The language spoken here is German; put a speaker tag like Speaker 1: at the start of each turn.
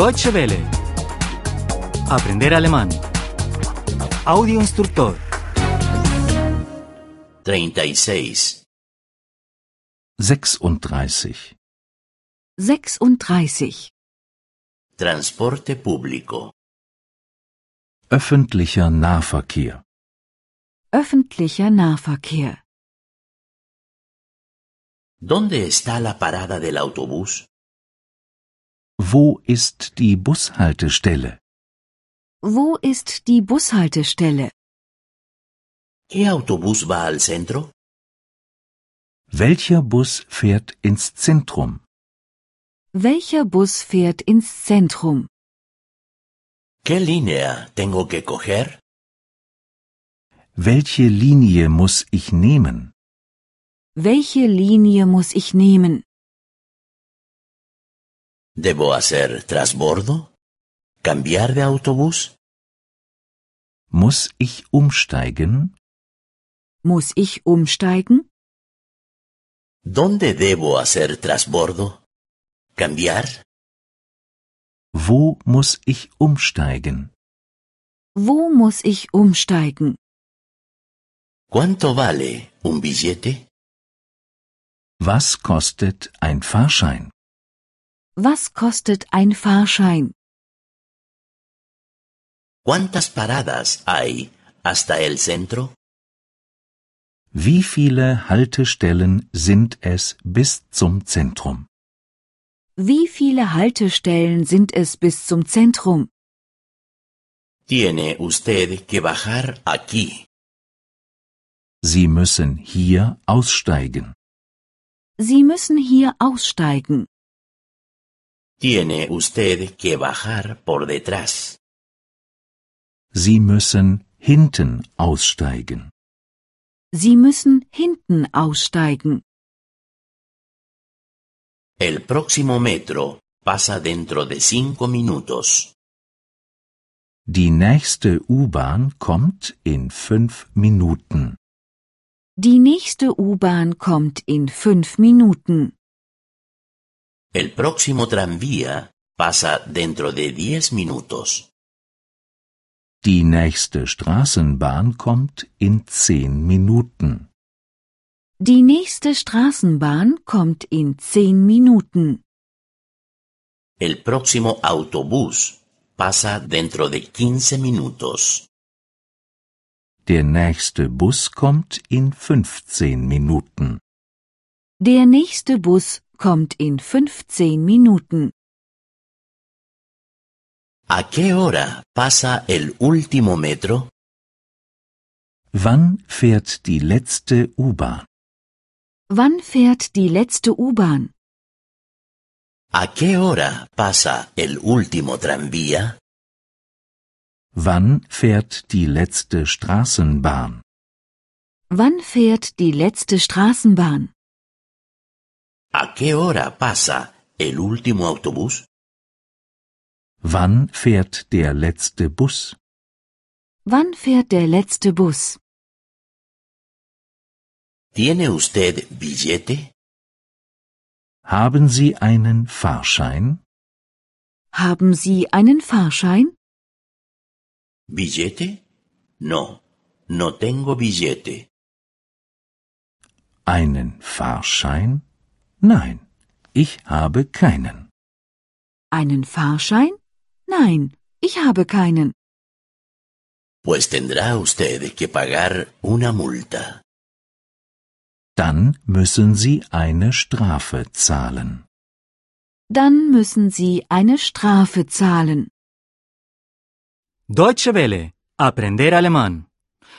Speaker 1: Deutsche Welle. Aprender alemán. Audio instructor.
Speaker 2: 36.
Speaker 3: 36.
Speaker 4: 36.
Speaker 2: Transporte público.
Speaker 3: Öffentlicher Nahverkehr.
Speaker 4: Öffentlicher Nahverkehr.
Speaker 2: ¿Dónde está la parada del autobús?
Speaker 3: Wo ist die Bushaltestelle?
Speaker 4: Wo ist die Bushaltestelle?
Speaker 2: ¿Qué autobús va al centro?
Speaker 3: Welcher Bus fährt ins Zentrum?
Speaker 4: Welcher Bus fährt ins Zentrum?
Speaker 2: ¿Qué línea tengo que coger?
Speaker 3: Welche Linie muss ich nehmen?
Speaker 4: Welche Linie muss ich nehmen?
Speaker 2: ¿Debo hacer trasbordo? ¿Cambiar de autobús?
Speaker 3: Muss ich umsteigen?
Speaker 4: Muss ich umsteigen?
Speaker 2: ¿Dónde debo hacer trasbordo? ¿Cambiar?
Speaker 3: Wo muss ich umsteigen?
Speaker 4: Wo muss ich umsteigen?
Speaker 2: ¿Cuánto vale un billete?
Speaker 3: Was kostet ein Fahrschein?
Speaker 4: Was kostet ein Fahrschein?
Speaker 2: ¿Cuántas paradas hay hasta el centro?
Speaker 3: Wie viele Haltestellen sind es bis zum Zentrum?
Speaker 4: Wie viele Haltestellen sind es bis zum Zentrum?
Speaker 2: Tiene usted que bajar aquí.
Speaker 3: Sie müssen hier aussteigen.
Speaker 4: Sie müssen hier aussteigen.
Speaker 2: Tiene usted que bajar por detrás.
Speaker 3: Sie müssen hinten aussteigen.
Speaker 4: Sie müssen hinten aussteigen.
Speaker 2: El próximo metro pasa dentro de cinco minutos.
Speaker 3: Die nächste U-Bahn kommt in fünf Minuten.
Speaker 4: Die nächste U-Bahn kommt in fünf Minuten.
Speaker 2: El próximo tranvía pasa dentro de diez minutos.
Speaker 3: Die nächste Straßenbahn kommt in zehn Minuten.
Speaker 4: Die nächste Straßenbahn kommt in zehn Minuten.
Speaker 2: El próximo autobús pasa dentro de quince minutos.
Speaker 3: Der nächste Bus kommt in 15 Minuten.
Speaker 4: Der nächste Bus kommt in 15 Minuten.
Speaker 2: ¿A qué hora pasa el último metro?
Speaker 3: Wann fährt die letzte U-Bahn?
Speaker 4: Wann fährt die letzte U-Bahn?
Speaker 2: ¿A qué hora pasa el último tranvía?
Speaker 3: Wann fährt die letzte Straßenbahn?
Speaker 4: Wann fährt die letzte Straßenbahn?
Speaker 2: ¿A qué hora pasa el último autobús?
Speaker 3: Wann fährt der letzte Bus?
Speaker 4: Wann fährt der letzte Bus?
Speaker 2: ¿Tiene usted billete?
Speaker 3: Haben Sie einen Fahrschein?
Speaker 4: Haben Sie einen Fahrschein?
Speaker 2: ¿Billete? No, no tengo billete.
Speaker 3: Einen Fahrschein? Nein, ich habe keinen.
Speaker 4: Einen Fahrschein? Nein, ich habe keinen.
Speaker 2: Pues tendrá usted que pagar una multa.
Speaker 3: Dann müssen Sie eine Strafe zahlen.
Speaker 4: Dann müssen Sie eine Strafe zahlen.
Speaker 1: Deutsche Welle. Aprender alemán.